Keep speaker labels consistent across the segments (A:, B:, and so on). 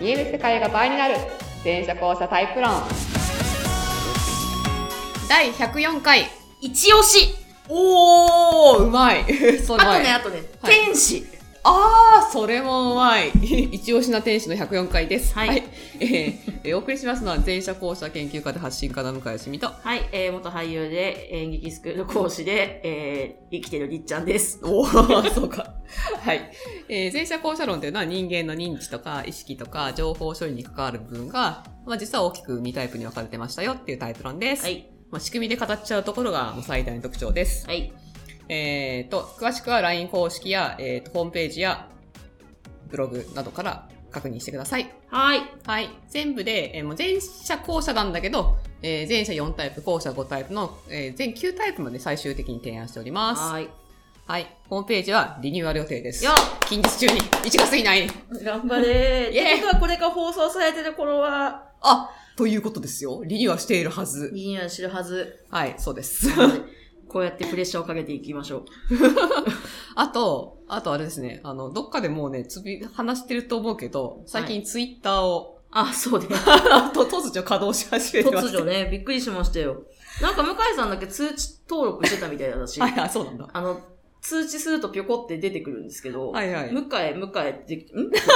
A: 見える世界が倍になる全車交差タイプ論第104回
B: 一押し
A: おーうまい それ
B: あとね、あとね、
A: はい
B: 天使
A: あー、それもうまい。 一押しな天使の104回です。
B: はい
A: えーえーお送りしますのは、前者後者研究家で発信家の向井しみと。
B: はい、えー、元俳優で演劇スクール講師で、えー、生きてるりっちゃんです。
A: おお、 そうか。はい。えー、前者後者論というのは人間の認知とか意識とか情報処理に関わる部分が、まあ実は大きく2タイプに分かれてましたよっていうタイプ論です。
B: はい、
A: まあ仕組みで語っちゃうところがもう最大の特徴です。
B: はい、
A: えーと、詳しくは LINE 公式や、えーと、ホームページやブログなどから確認してください。
B: はい、
A: はい。全部で、えーもう前者後者なんだけど、えー前者4タイプ、後者5タイプの、えー全9タイプまで最終的に提案しております。は。
B: はいい。
A: ホームページはリニューアル予定です。
B: よ
A: 近日中に。1月以内に。
B: 頑張れー。
A: イエーイ
B: ってことはこれが放送されてる頃は、
A: あということですよ。リニューアルしているはず。
B: リニューアルしてるはず。
A: はい、そうです。
B: こうやってプレッシャーをかけていきましょう。
A: あと、あとあれですね。あの、どっかでもうね、つび、話してると思うけど、最近ツイッターを、
B: あ、そうね。
A: と突如稼働し始めてます。
B: 突如 ね、びっくりしましたよ。なんか向井さんだけ通知登録してたみたいだし、
A: はい、あ、そうなんだ。
B: あの、通知するとぴょこって出てくるんですけど、
A: はいはい
B: 向井、向井って、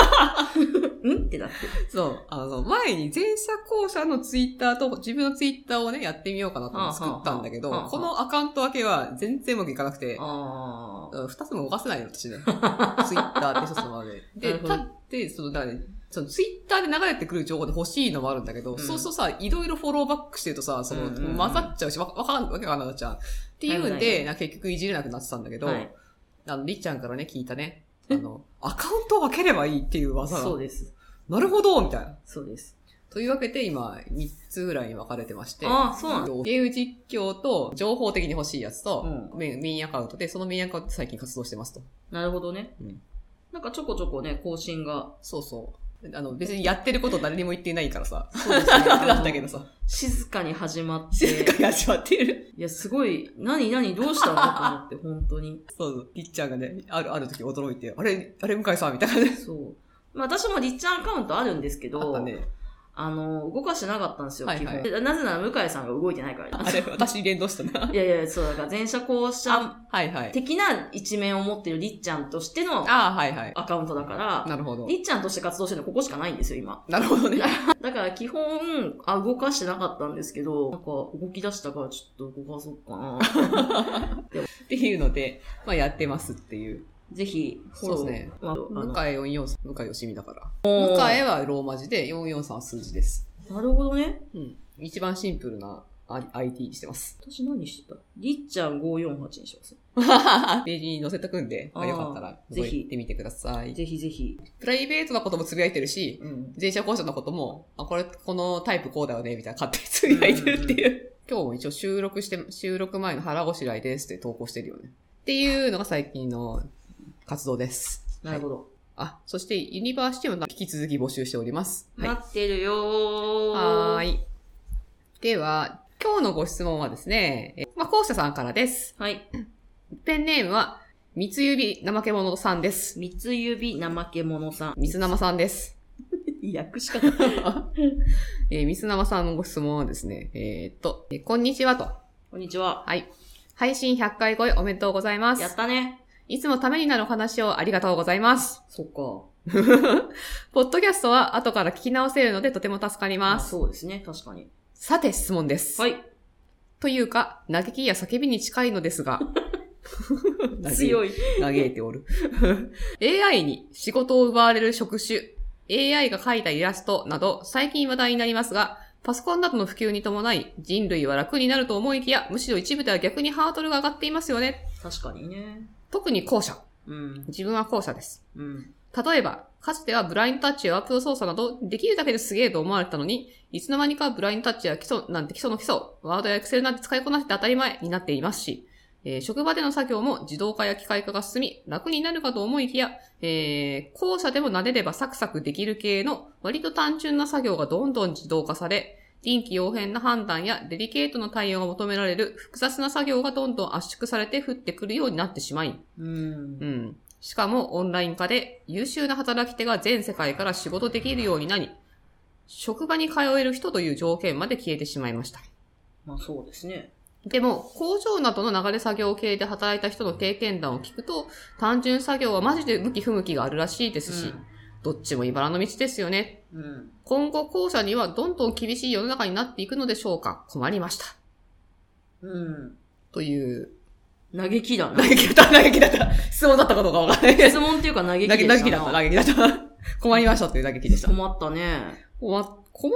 B: んんってなって。
A: そう、あの、前に前者後者のツイッターと自分のツイッターをね、やってみようかなと思って作ったんだけど
B: はあはあは、あ
A: このアカウント分けは全然うまくいかなくて、
B: あ
A: うん二つも動かせないよ、私ね。 ツイッターって一つもある。
B: な
A: で、
B: るほ
A: た
B: ど
A: って、その、だからね、そのツイッターで流れてくる情報で欲しいのもあるんだけど、
B: ん
A: そうするとさ、いろいろフォローバックしてるとさ、その、
B: うんうんうん
A: 混ざっちゃうし、わわかん、わけわかんなくなっちゃう。っていうん
B: はいはいは
A: で、なんか結局いじれなくなってたんだけ
B: あ。
A: ど、
B: はい。
A: あの、りっちゃんからね、聞いたね、あの、 アカウントを分ければいいっていう技が
B: そうです。
A: なるほど、みたいな。
B: そうです。
A: というわけで今3つぐらいに分かれてまして、
B: ああ、そうなんだ。
A: ゲーム実況と情報的に欲しいやつと、
B: う
A: メインメインアカウントで、そのメインアカウントで最近活動してますと。
B: なるほどね。
A: うん
B: なんかちょこちょこね、更新が。
A: そうそう。あの、別にやってること誰にも言っていないからさ。
B: そうですね
A: だったけどさ、
B: 静かに始まって。
A: 静かに始まっている。
B: いや、すごい、何何どうしたのと思って、本当に。
A: そうそう。りっちゃんがね、ある、ある時驚いて、あれ、あれ、向井さんみたいな感じで。
B: そう。まあ、私もリッチャンアカウントあるんですけ
A: あっ
B: ど、
A: たね。
B: あの、動かしてなかったんですよ、
A: はいはい
B: 基本でなぜなら向井さんが動いてないから
A: あれ、私に連動したな。
B: いやいや、そう、だから前者後者
A: あ、はいはい。
B: 的な一面を持ってるりっちゃんとしての
A: ああ、はいはい。
B: アカウントだから、
A: なるほど。
B: りっちゃんとして活動してるのここしかないんですよ、今。
A: なるほどね。
B: だから基本、あ、動かしてなかったんですけど、なんか動き出したからちょっと動かそうか な。
A: っていうので、まあやってますっていう。
B: ぜひ、
A: そうですね。
B: まあ、あ
A: 向井
B: の
A: 443、向井よしみだから。向井はローマ字で、443は数字です。
B: なるほどね。
A: うん。一番シンプルなあ ID にして ます。
B: 私何してたりっちゃん548にします。
A: ページに載せとくんで、まあ、
B: あー
A: よかったら、
B: ぜひ
A: 行ってみてください。
B: ぜひぜひ。
A: プライベートなこともつぶやいてるし、
B: うん。
A: 前者後者のことも、あ、これ、このタイプこうだよね、みたいな勝手につぶやいてるっていう。今日も一応収録して、収録前の腹ごしらえですって投稿してるよね。っていうのが最近の活動です。
B: なるほど。
A: あ、そしてユニバーシティも引き続き募集しております。はい。
B: 待ってるよー。
A: はー
B: い。
A: い。では、今日のご質問はですね、えまあ、校舎さんからです。
B: はい。
A: ペンネームは、三つ指怠け者さんです。
B: 三つ指怠け者さん。
A: 三つ生さんです。
B: 訳しかない。
A: えー、三つ生さんのご質問はですね、えーっと、えーこんにちはと。
B: こんにちは。
A: はい。配信100回超えおめでとうございま
B: やっ
A: す。
B: たね。
A: いつもためになるお話をありがとうございます。
B: そっか。
A: ポッドキャストは後から聞き直せるのでとても助かり
B: まあ、
A: ます。
B: そうですね。確かに。
A: さて質問です。
B: はい。
A: というか、嘆きや叫びに近いのです が。
B: 強
A: い。
B: い。
A: 嘆いておる。AI に仕事を奪われる職種、AI が描いたイラストなど、最近話題になりますが、パソコンなどの普及に伴い、人類は楽になると思いきや、むしろ一部では逆にハードルが上がっていますよね。
B: 確かにね。
A: 特に後者。
B: うん。
A: 自分は後者です。
B: うん。
A: 例えば、かつてはブラインドタッチやワープロ操作など、できるだけですげえと思われてたのに、いつの間にかブラインドタッチや基礎なんて基礎の基礎、ワードやエクセルなんて使いこなして当たり前になっていますし、えー職場での作業も自動化や機械化が進み、楽になるかと思いきや、えー、後者でも撫でればサクサクできる系の、割と単純な作業がどんどん自動化され、臨機応変な判断やデリケートな対応が求められる複雑な作業がどんどん圧縮されて降ってくるようになってしまい、
B: うん
A: う。ん。しかもオンライン化で優秀な働き手が全世界から仕事できるようになり、職場に通える人という条件まで消えてしまいました。
B: まあそうですね。
A: でも、工場などの流れ作業系で働いた人の経験談を聞くと、単純作業はマジで向き不向きがあるらしいですし、どっちも茨の道ですよね。
B: うん。うん。
A: 今後、後者にはどんどん厳しい世の中になっていくのでしょうか困りました。
B: うん。
A: という、
B: 嘆きだな
A: 投。げだった、投げだった。質問だったかどうかわからない です。
B: 質問っていうか嘆き
A: 投
B: で
A: げ
B: したな。
A: だった、投げだった。困りましたという打撃でした。
B: 困ったね。
A: 困、困、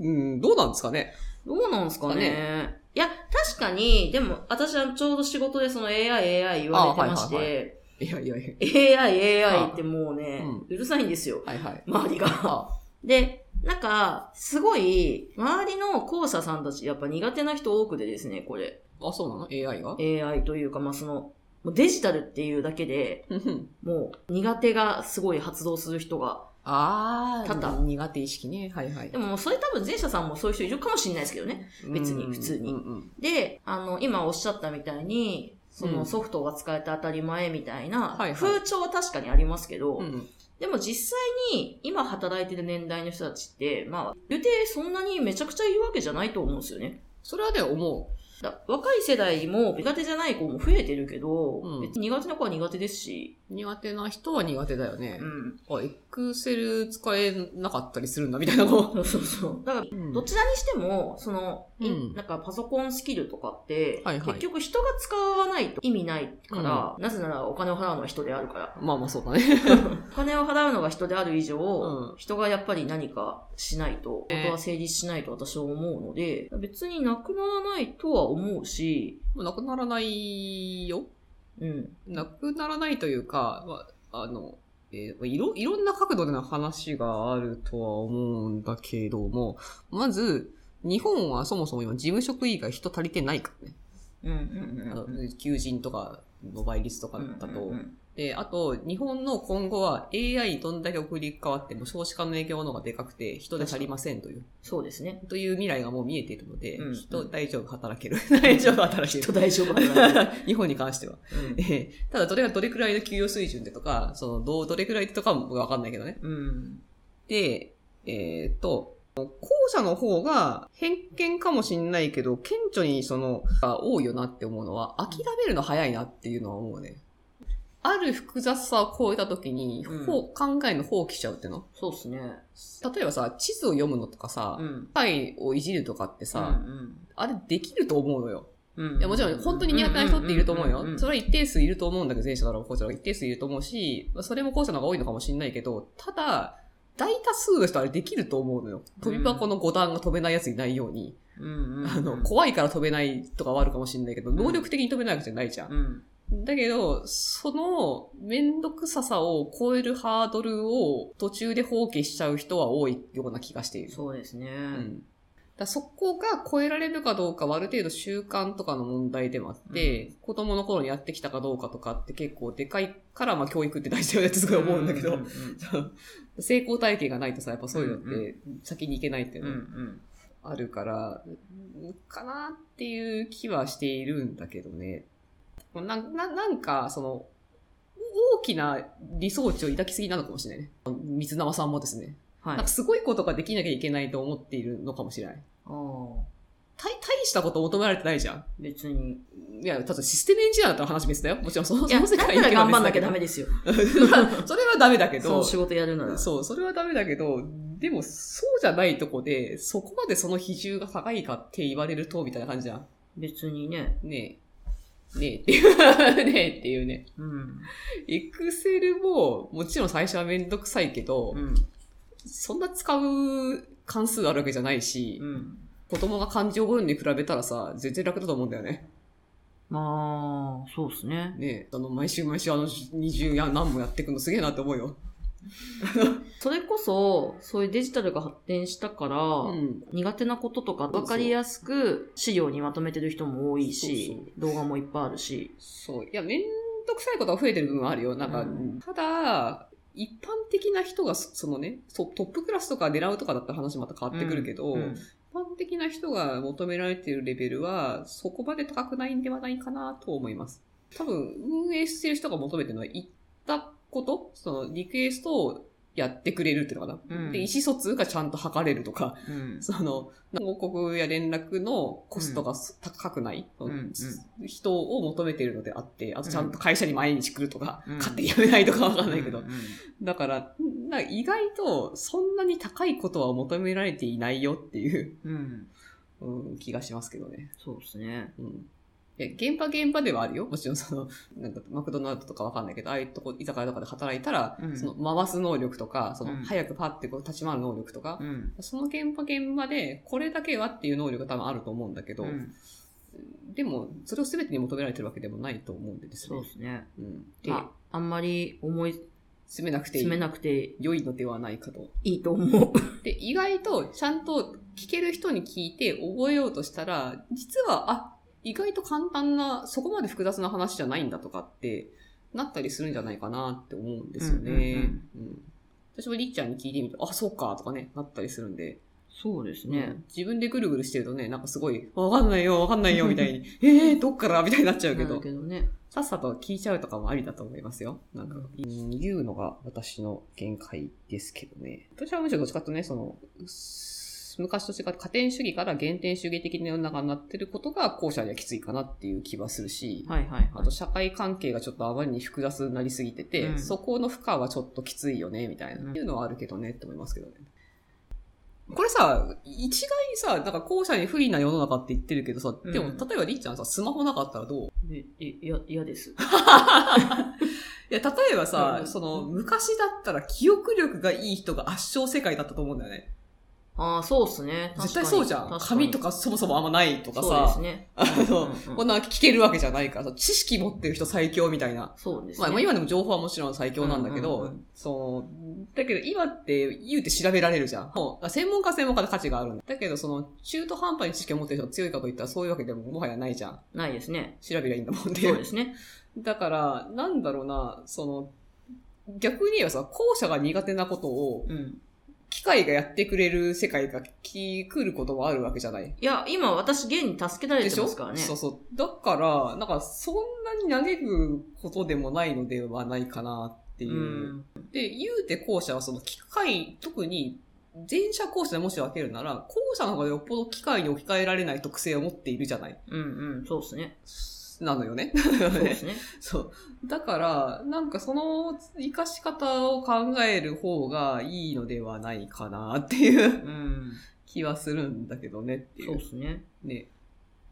A: うん、どうなんですかね。
B: どうなんすかね。
A: です
B: いや、確かに、でも、私はちょうど仕事でその AI、AI 言われてまし
A: あ
B: て、
A: はいはいやいやいや。
B: AI、AI ってもうね、うるさいんですよ、
A: はいはい。
B: 周りが。
A: あ
B: で、なんか、すごい、周りの校舎さんたち、やっぱ苦手な人多くてですね、これ。
A: あ、そうなの ?AI が
B: AI というか、まあ、その、もうデジタルっていうだけで、
A: うんうん
B: もう苦手がすごい発動する人が。
A: ああ、
B: 多々
A: 苦手意識ね。はいはい
B: で。も、それ多分前者さんもそういう人いるかもしれないですけどね。別に
A: うん
B: 普通に
A: うんうん
B: で、あの、今おっしゃったみたいに、そ
A: うん
B: のソフトが使えて当たり前みたいな
A: はいはい
B: 風潮は確かにありますけど、
A: うん
B: でも実際に今働いてる年代の人たちって、まあ、言うてそんなにめちゃくちゃいるわけじゃないと思うんですよね。
A: それはね、思
B: だ若い世代も苦手じゃない子も増えてるけど、
A: うん
B: 別に苦手な子は苦手ですし、
A: う。苦手な人は苦手だよね
B: う。ん。
A: あ、エクセル使えなかったりするんだ、みたいなの。
B: そうそうそう。だから、
A: うん
B: どちらにしても、その、い
A: うん
B: なんかパソコンスキルとかって、
A: はいはい
B: 結局人が使わないと意味ないから、なぜならお金を払うのは人であるから。
A: まあまあそうだね。
B: お金を払うのが人である以上、
A: うん
B: 人がやっぱり何かしないと、
A: ね
B: ことは成立しないと私は思うので、別になくならないとは思うし、
A: もうなくならないよ。
B: うん。
A: なくならないというか、まあ、あの、えーいろ、いろんな角度での話があるとは思うんだけども、まず、日本はそもそも今事務職以外人足りてないからね。
B: うんうん
A: あの
B: うんうん。
A: 求人とかの倍率とかだと。
B: うんうん
A: で、あと、日本の今後は AI にどんだけ送り変わっても少子化の影響の方がでかくて、人で足りませんという、
B: そうですね。
A: という未来がもう見えているので、
B: うんうん
A: 人大丈夫働ける。 大丈夫働け
B: 人
A: る。
B: 大丈夫だな
A: 日本に関しては。えーただ、どれがどれくらいの給与水準でとか、その、どう、どれくらいでとかもわかんないけどね。
B: うん。うん。
A: で、えーっと、後者の方が偏見かもしんないけど、顕著にその、が多いよなって思うのは、諦めるの早いなっていうのは思うね。ある複雑さを超えた時に、
B: うん
A: ほう考えの放棄しちゃうっていうの。
B: そうですね。
A: 例えばさ、地図を読むのとかさ、
B: うん。
A: 世界をいじるとかってさ、
B: うん
A: あれできると思うのよ。
B: うん、
A: いやもちろん本当に苦手な人っていると思うよ。そ
B: れ
A: れは一定数いると思うんだけど、前者だろう、後者だろう、一定数いると思うし、まあそれも後者の方が多いのかもしれないけど、ただ、大多数の人はあれできると思うのよ。飛び箱の五段が飛べないやついないように。あの、怖いから飛べないとかはあるかもしれないけど、能力的に飛べないわけじゃないじゃん。
B: うん。
A: だけど、その、めんどくささを超えるハードルを途中で放棄しちゃう人は多いような気がしている。
B: そうですね。
A: うんだからそこが超えられるかどうかはある程度習慣とかの問題でもあって、子供の頃にやってきたかどうかとかって結構でかいから、まあ教育って大事だよねってすごい思うんだけど、
B: うん
A: 成功体験がないとさ、やっぱそういうのっ
B: うん
A: て先に行けないっていう
B: うんう
A: の
B: ん
A: はあるから、かなっていう気はしているんだけどね。なななんか、その、大きな理想値を抱きすぎなのかもしれないね。水縄さんもですね。
B: は
A: な
B: い。
A: ん
B: あ
A: かすごいことができなきゃいけないと思っているのかもしれない。
B: あ、
A: 大、大したこと求められてないじゃ
B: 別に。
A: ん。いや、ただシステムエンジニアだったら話別だよ。もちろんその、
B: い
A: そ
B: や、
A: の
B: だったら頑張んなきゃダメ
A: だ
B: ですよ。
A: けど それはダメだけ
B: その
A: ど、
B: 仕事やるなら。
A: そう、それはダメだけど、でも、そうじゃないとこで、そこまでその比重が高いかって言われると、みたいな感じじゃん。
B: 別にね。
A: ねえ。ねえっていう、ねえって いうね。
B: うん。
A: エクセルも、もちろん最初はめんどくさいけど、
B: うん。
A: そんな使う関数あるわけじゃないし、
B: うん。
A: 子供が漢字を覚えるのに比べたらさ、全然楽だと思うんだよね。
B: まあ、そうですね。
A: ねえ、あの、毎週毎週あの、20や何もやっていくのすげえなって思うよ。
B: それこそ、そういうデジタルが発展したから、
A: うん。
B: 苦手なこととか
A: そうそう
B: 分かりやすく資料にまとめてる人も多いし、
A: そう
B: 動画もいっぱいあるし。
A: そう。いや、めんどくさいことは増えてる部分はあるよ。なんか、
B: うん
A: ただ、一般的な人がそ、そのね、そトップクラスとか狙うとかだったら話また変わってくるけど、
B: うん
A: 一般的な人が求められてるレベルは、そこまで高くないんではないかなと思います。多分、運営してる人が求めてるのは、行ったこと、そのリクエストをやってくれるっていうのかな。
B: うん
A: で、意思疎通がちゃんと測れるとか、
B: うん。
A: その、報告や連絡のコストがす高くない、
B: んうん
A: 人を求めているのであって、あとちゃんと会社に毎日来るとか、
B: うん
A: 勝手にやめないとかわかんないけど、
B: うん
A: だから、なんか意外とそんなに高いことは求められていないよっていう、
B: うん。うん
A: うん、気がしますけどね。
B: そうですね。
A: うん。いや、現場現場ではあるよ。もちろんその、なんかマクドナルドとかわかんないけど、ああいうとこ、居酒屋とかで働いたら、
B: うん
A: その回す能力とか、その、
B: うん
A: 早くパッてこう立ち回る能力とか、
B: うん。
A: その現場現場で、これだけはっていう能力が多分あると思うんだけど、
B: うん
A: でも、それを全てに求められてるわけでもないと思うんでですね。
B: そうですね。
A: うん。で、
B: ああんまり思い
A: 詰めなくていい
B: 詰めなくて
A: 良いのではないかと。
B: いいと思う。
A: で、意外とちゃんと聞ける人に聞いて覚えようとしたら、実は、あ、意外と簡単な、そこまで複雑な話じゃないんだとかって、なったりするんじゃないかなって思うんですよね。うん私もりっちゃんに聞いてみて、あ、そうか、とかね、なったりするんで。
B: そうですね。
A: 自分でぐるぐるしてるとね、なんかすごい、わかんないよ、わかんないよ、みたいに、 えー、どっからみたいになっちゃうけ
B: な
A: ど
B: る、けどね。
A: さっさと聞いちゃうとかもありだと思いますよ。なんか、うん言うのが私の限界ですけどね。私はむしろどっちかというとね、その、す昔と違って加点主義から減点主義的な世の中になってることが後者にはきついかなっていう気はするし、
B: はいはい
A: あ
B: はい
A: と。社会関係がちょっとあまりに複雑になりすぎてて、
B: うん
A: そこの負荷はちょっときついよね、みたいな、
B: うん
A: っていうのはあるけどね、って思いますけどね。これさ、一概にさ、なんか後者に不利な世の中って言ってるけどさ、でも、
B: うん
A: 例えばりっちゃんさ、スマホなかったらどう
B: でいいや、嫌です。
A: いや、例えばさ、
B: うん
A: その、昔だったら記憶力がいい人が圧勝世界だったと思うんだよね。
B: ああ、そうっすね。
A: 絶対そうじゃん。紙と
B: か
A: かそもそもあんまないとか
B: そうです
A: さ、
B: ね。
A: あの、
B: うんうん
A: こんな聞けるわけじゃないからさ、知識持ってる人最強みたいな。
B: そうです
A: ま
B: ね。
A: あ、まあ今でも情報はもちろん最強なんだけど、
B: うんうんうん
A: その、だけど今って言うて調べられるじゃん。もう、専門家専門家の価値があるんだ。だけど、その、中途半端に知識を持ってる人が強いかといったらそういうわけでももはやないじゃん。
B: ないですね。
A: 調べりゃいいんだもんってい
B: そう
A: う
B: ですね。
A: だから、なんだろうな、その、逆に言えばさ、後者が苦手なことを、
B: うん。
A: 機械がやってくれる世界が来ることもあるわけじゃない。
B: いや、今私現に助けられ
A: で
B: て
A: しょ
B: ますからね。
A: そうそう。だから、なんか、そんなに嘆くことでもないのではないかなっていう。
B: うん。
A: で、言うて後者はその機械、特に、前者後者でもし分けるなら、後者の方がよっぽど機械に置き換えられない特性を持っているじゃない。
B: うんうん、そうですね。
A: なのよね。
B: そうですね。
A: そう。だから、なんかその活かし方を考える方がいいのではないかなっていう
B: うん。
A: 気はするんだけどねってい
B: そう
A: う。
B: ですね。
A: ね、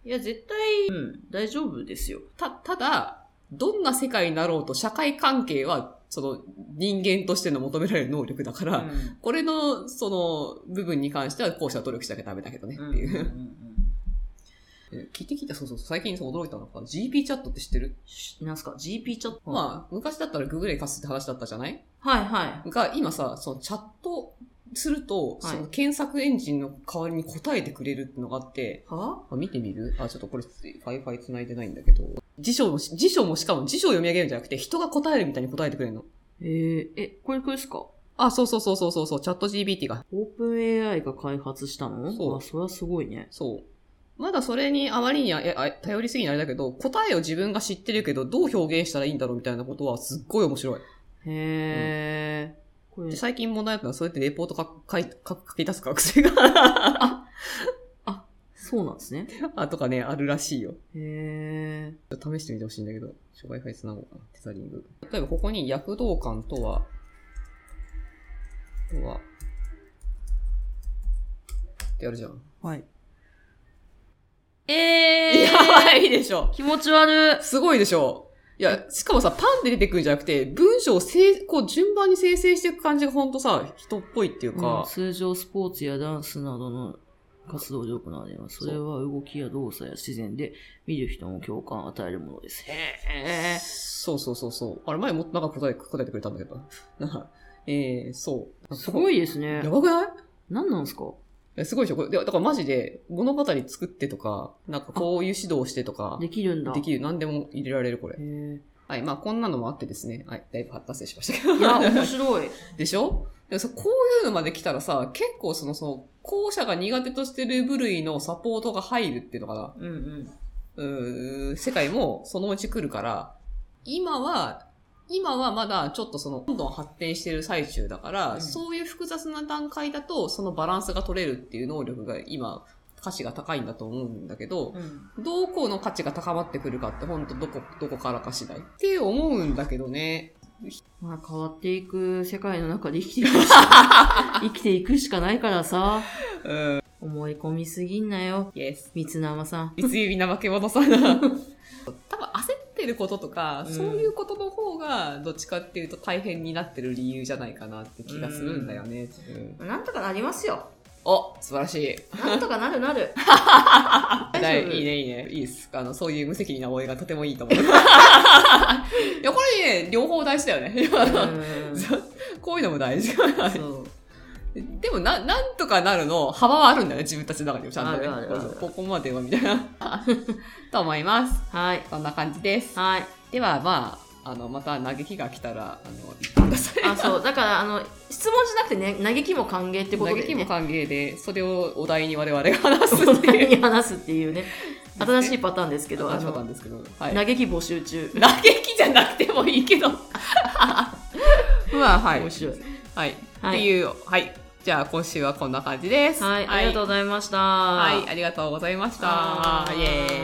B: いや、絶対、うん、大丈夫ですよ。
A: た、ただ、どんな世界になろうと社会関係は、その人間としての求められる能力だから、
B: うん
A: これの、その、部分に関しては、後者は努力しなきゃダメだけどね、って
B: うんうん
A: いう う。
B: ん
A: 聞いて聞いた、そうそうそう、最近そう驚いたのが、GP チャットって知ってる、
B: しなんすか ?GP チャット
A: まあ、昔だったら Google で貸すって話だったじゃない
B: はいは
A: が、今さ、そのチャットすると、
B: はい
A: その検索エンジンの代わりに答えてくれるってのがあって、
B: い。は
A: あ見てみるあ、ちょっとこれ、Wi-Fi 繋いでないんだけど。辞書も、辞書もしかも辞書を読み上げるんじゃなくて、人が答えるみたいに答えてくれるの。
B: えー、え、これこれですか
A: あ、そうそうそうそうそうそう、チャット GPT が。
B: オープン AI が開発したの
A: そう
B: あ、それはすごいね。
A: そう。まだそれにあまりにはえあ頼りすぎないあれだけど、答えを自分が知ってるけど、どう表現したらいいんだろうみたいなことはすっごい面白い。
B: へえ、これ
A: で、最近問題なのは、そうやってレポートか書い書書き出す学生が
B: そうなんですね。
A: あ、とかね、あるらしいよ。
B: へえ、
A: 試してみてほしいんだけど、ちょ Wi-Fi 繋ごうかな、テザリング。例えばここに躍動感とは、とは、ってやるじゃん。
B: はい。えー、
A: いでしょ
B: 気持ち悪い。
A: すごいでしょいや、しかもさ、パンで出てくるんじゃなくて、文章をせいこう順番に生成していく感じがほんとさ、人っぽいっていう
B: うん
A: か、
B: 通常スポーツやダンスなどの活動で行われます。それは動きや動作や自然で見る人も共感を与えるものです。へえ。
A: そうそうそうそう。あれ前もっとなんか答え、答えてくれたんだけど。 なんかえー、そう。
B: すご
A: い。
B: いです
A: や
B: ね。
A: ばくない
B: 何なんですか
A: えすごいでしょこれ、でだからマジで物語作ってとか、なんかこういう指導をしてとか、
B: できるんだ。
A: できる、何でも入れられる、これ
B: へ。え。
A: はい、まあこんなのもあってですね。はい、だいぶ発達しましたけど。
B: い や、面白い。
A: でしょでもさ、こういうのまで来たらさ、結構その、その、後者が苦手としてる部類のサポートが入るっていうのかな。
B: うん
A: う
B: うん。
A: ーん、世界もそのうち来るから、今は、今はまだちょっとその、どんどん発展してる最中だから、
B: うん
A: そういう複雑な段階だと、そのバランスが取れるっていう能力が今、価値が高いんだと思うんだけど、
B: うん。
A: どこの価値が高まってくるかって、ほんとどこ、どこからか次第って思うんだけどね。
B: まあ変わっていく世界の中で生きていくし 生きていくしかないからさ。思い込みすぎんなよ。
A: イエス。
B: 三つ生さん。
A: 三つ指な化け物さんな。多分焦ってることとか、
B: うん
A: そういうことの方が、どっちかっていうと大変になってる理由じゃないかなって気がするんだよね。うん
B: なんとかなりますよ。
A: お素晴らしい。
B: なんとかなるなる。大
A: 大
B: 丈夫
A: いいね、いいね。いいっす。あの、そういう無責任な応援がとてもいいと 思う。いや、これね、両方大事だよね。
B: うん
A: こういうのも大事。
B: そう。
A: でも、な、なんとかなるの、幅はあるんだよね、自分たちの中にもちゃんとね。
B: あるあるある
A: ここまでは、みたいな。 と思います。
B: はい。
A: こんな感じです。
B: はい。
A: では、まあ、あの、また嘆きが来たら、あの、言ってください。
B: あ、そう。だから、あの、質問じゃなくてね、嘆きも歓迎ってことで、ね。
A: 嘆きも歓迎で、それをお題に我々が話すっていう。
B: に話すって いうね、新しいパターンですけど、あ
A: 話したん
B: の、
A: ですけど。はい。
B: 嘆き募集中。
A: 嘆きじゃなくてもいいけど。まあ、はい。
B: 面白い。
A: はい。
B: はい
A: っていう、はい。じゃあ、今週はこんな感じです。
B: はい、ありがとう
A: う
B: ございました。
A: はい、ありがとうございました
B: は。い
A: イエーイ。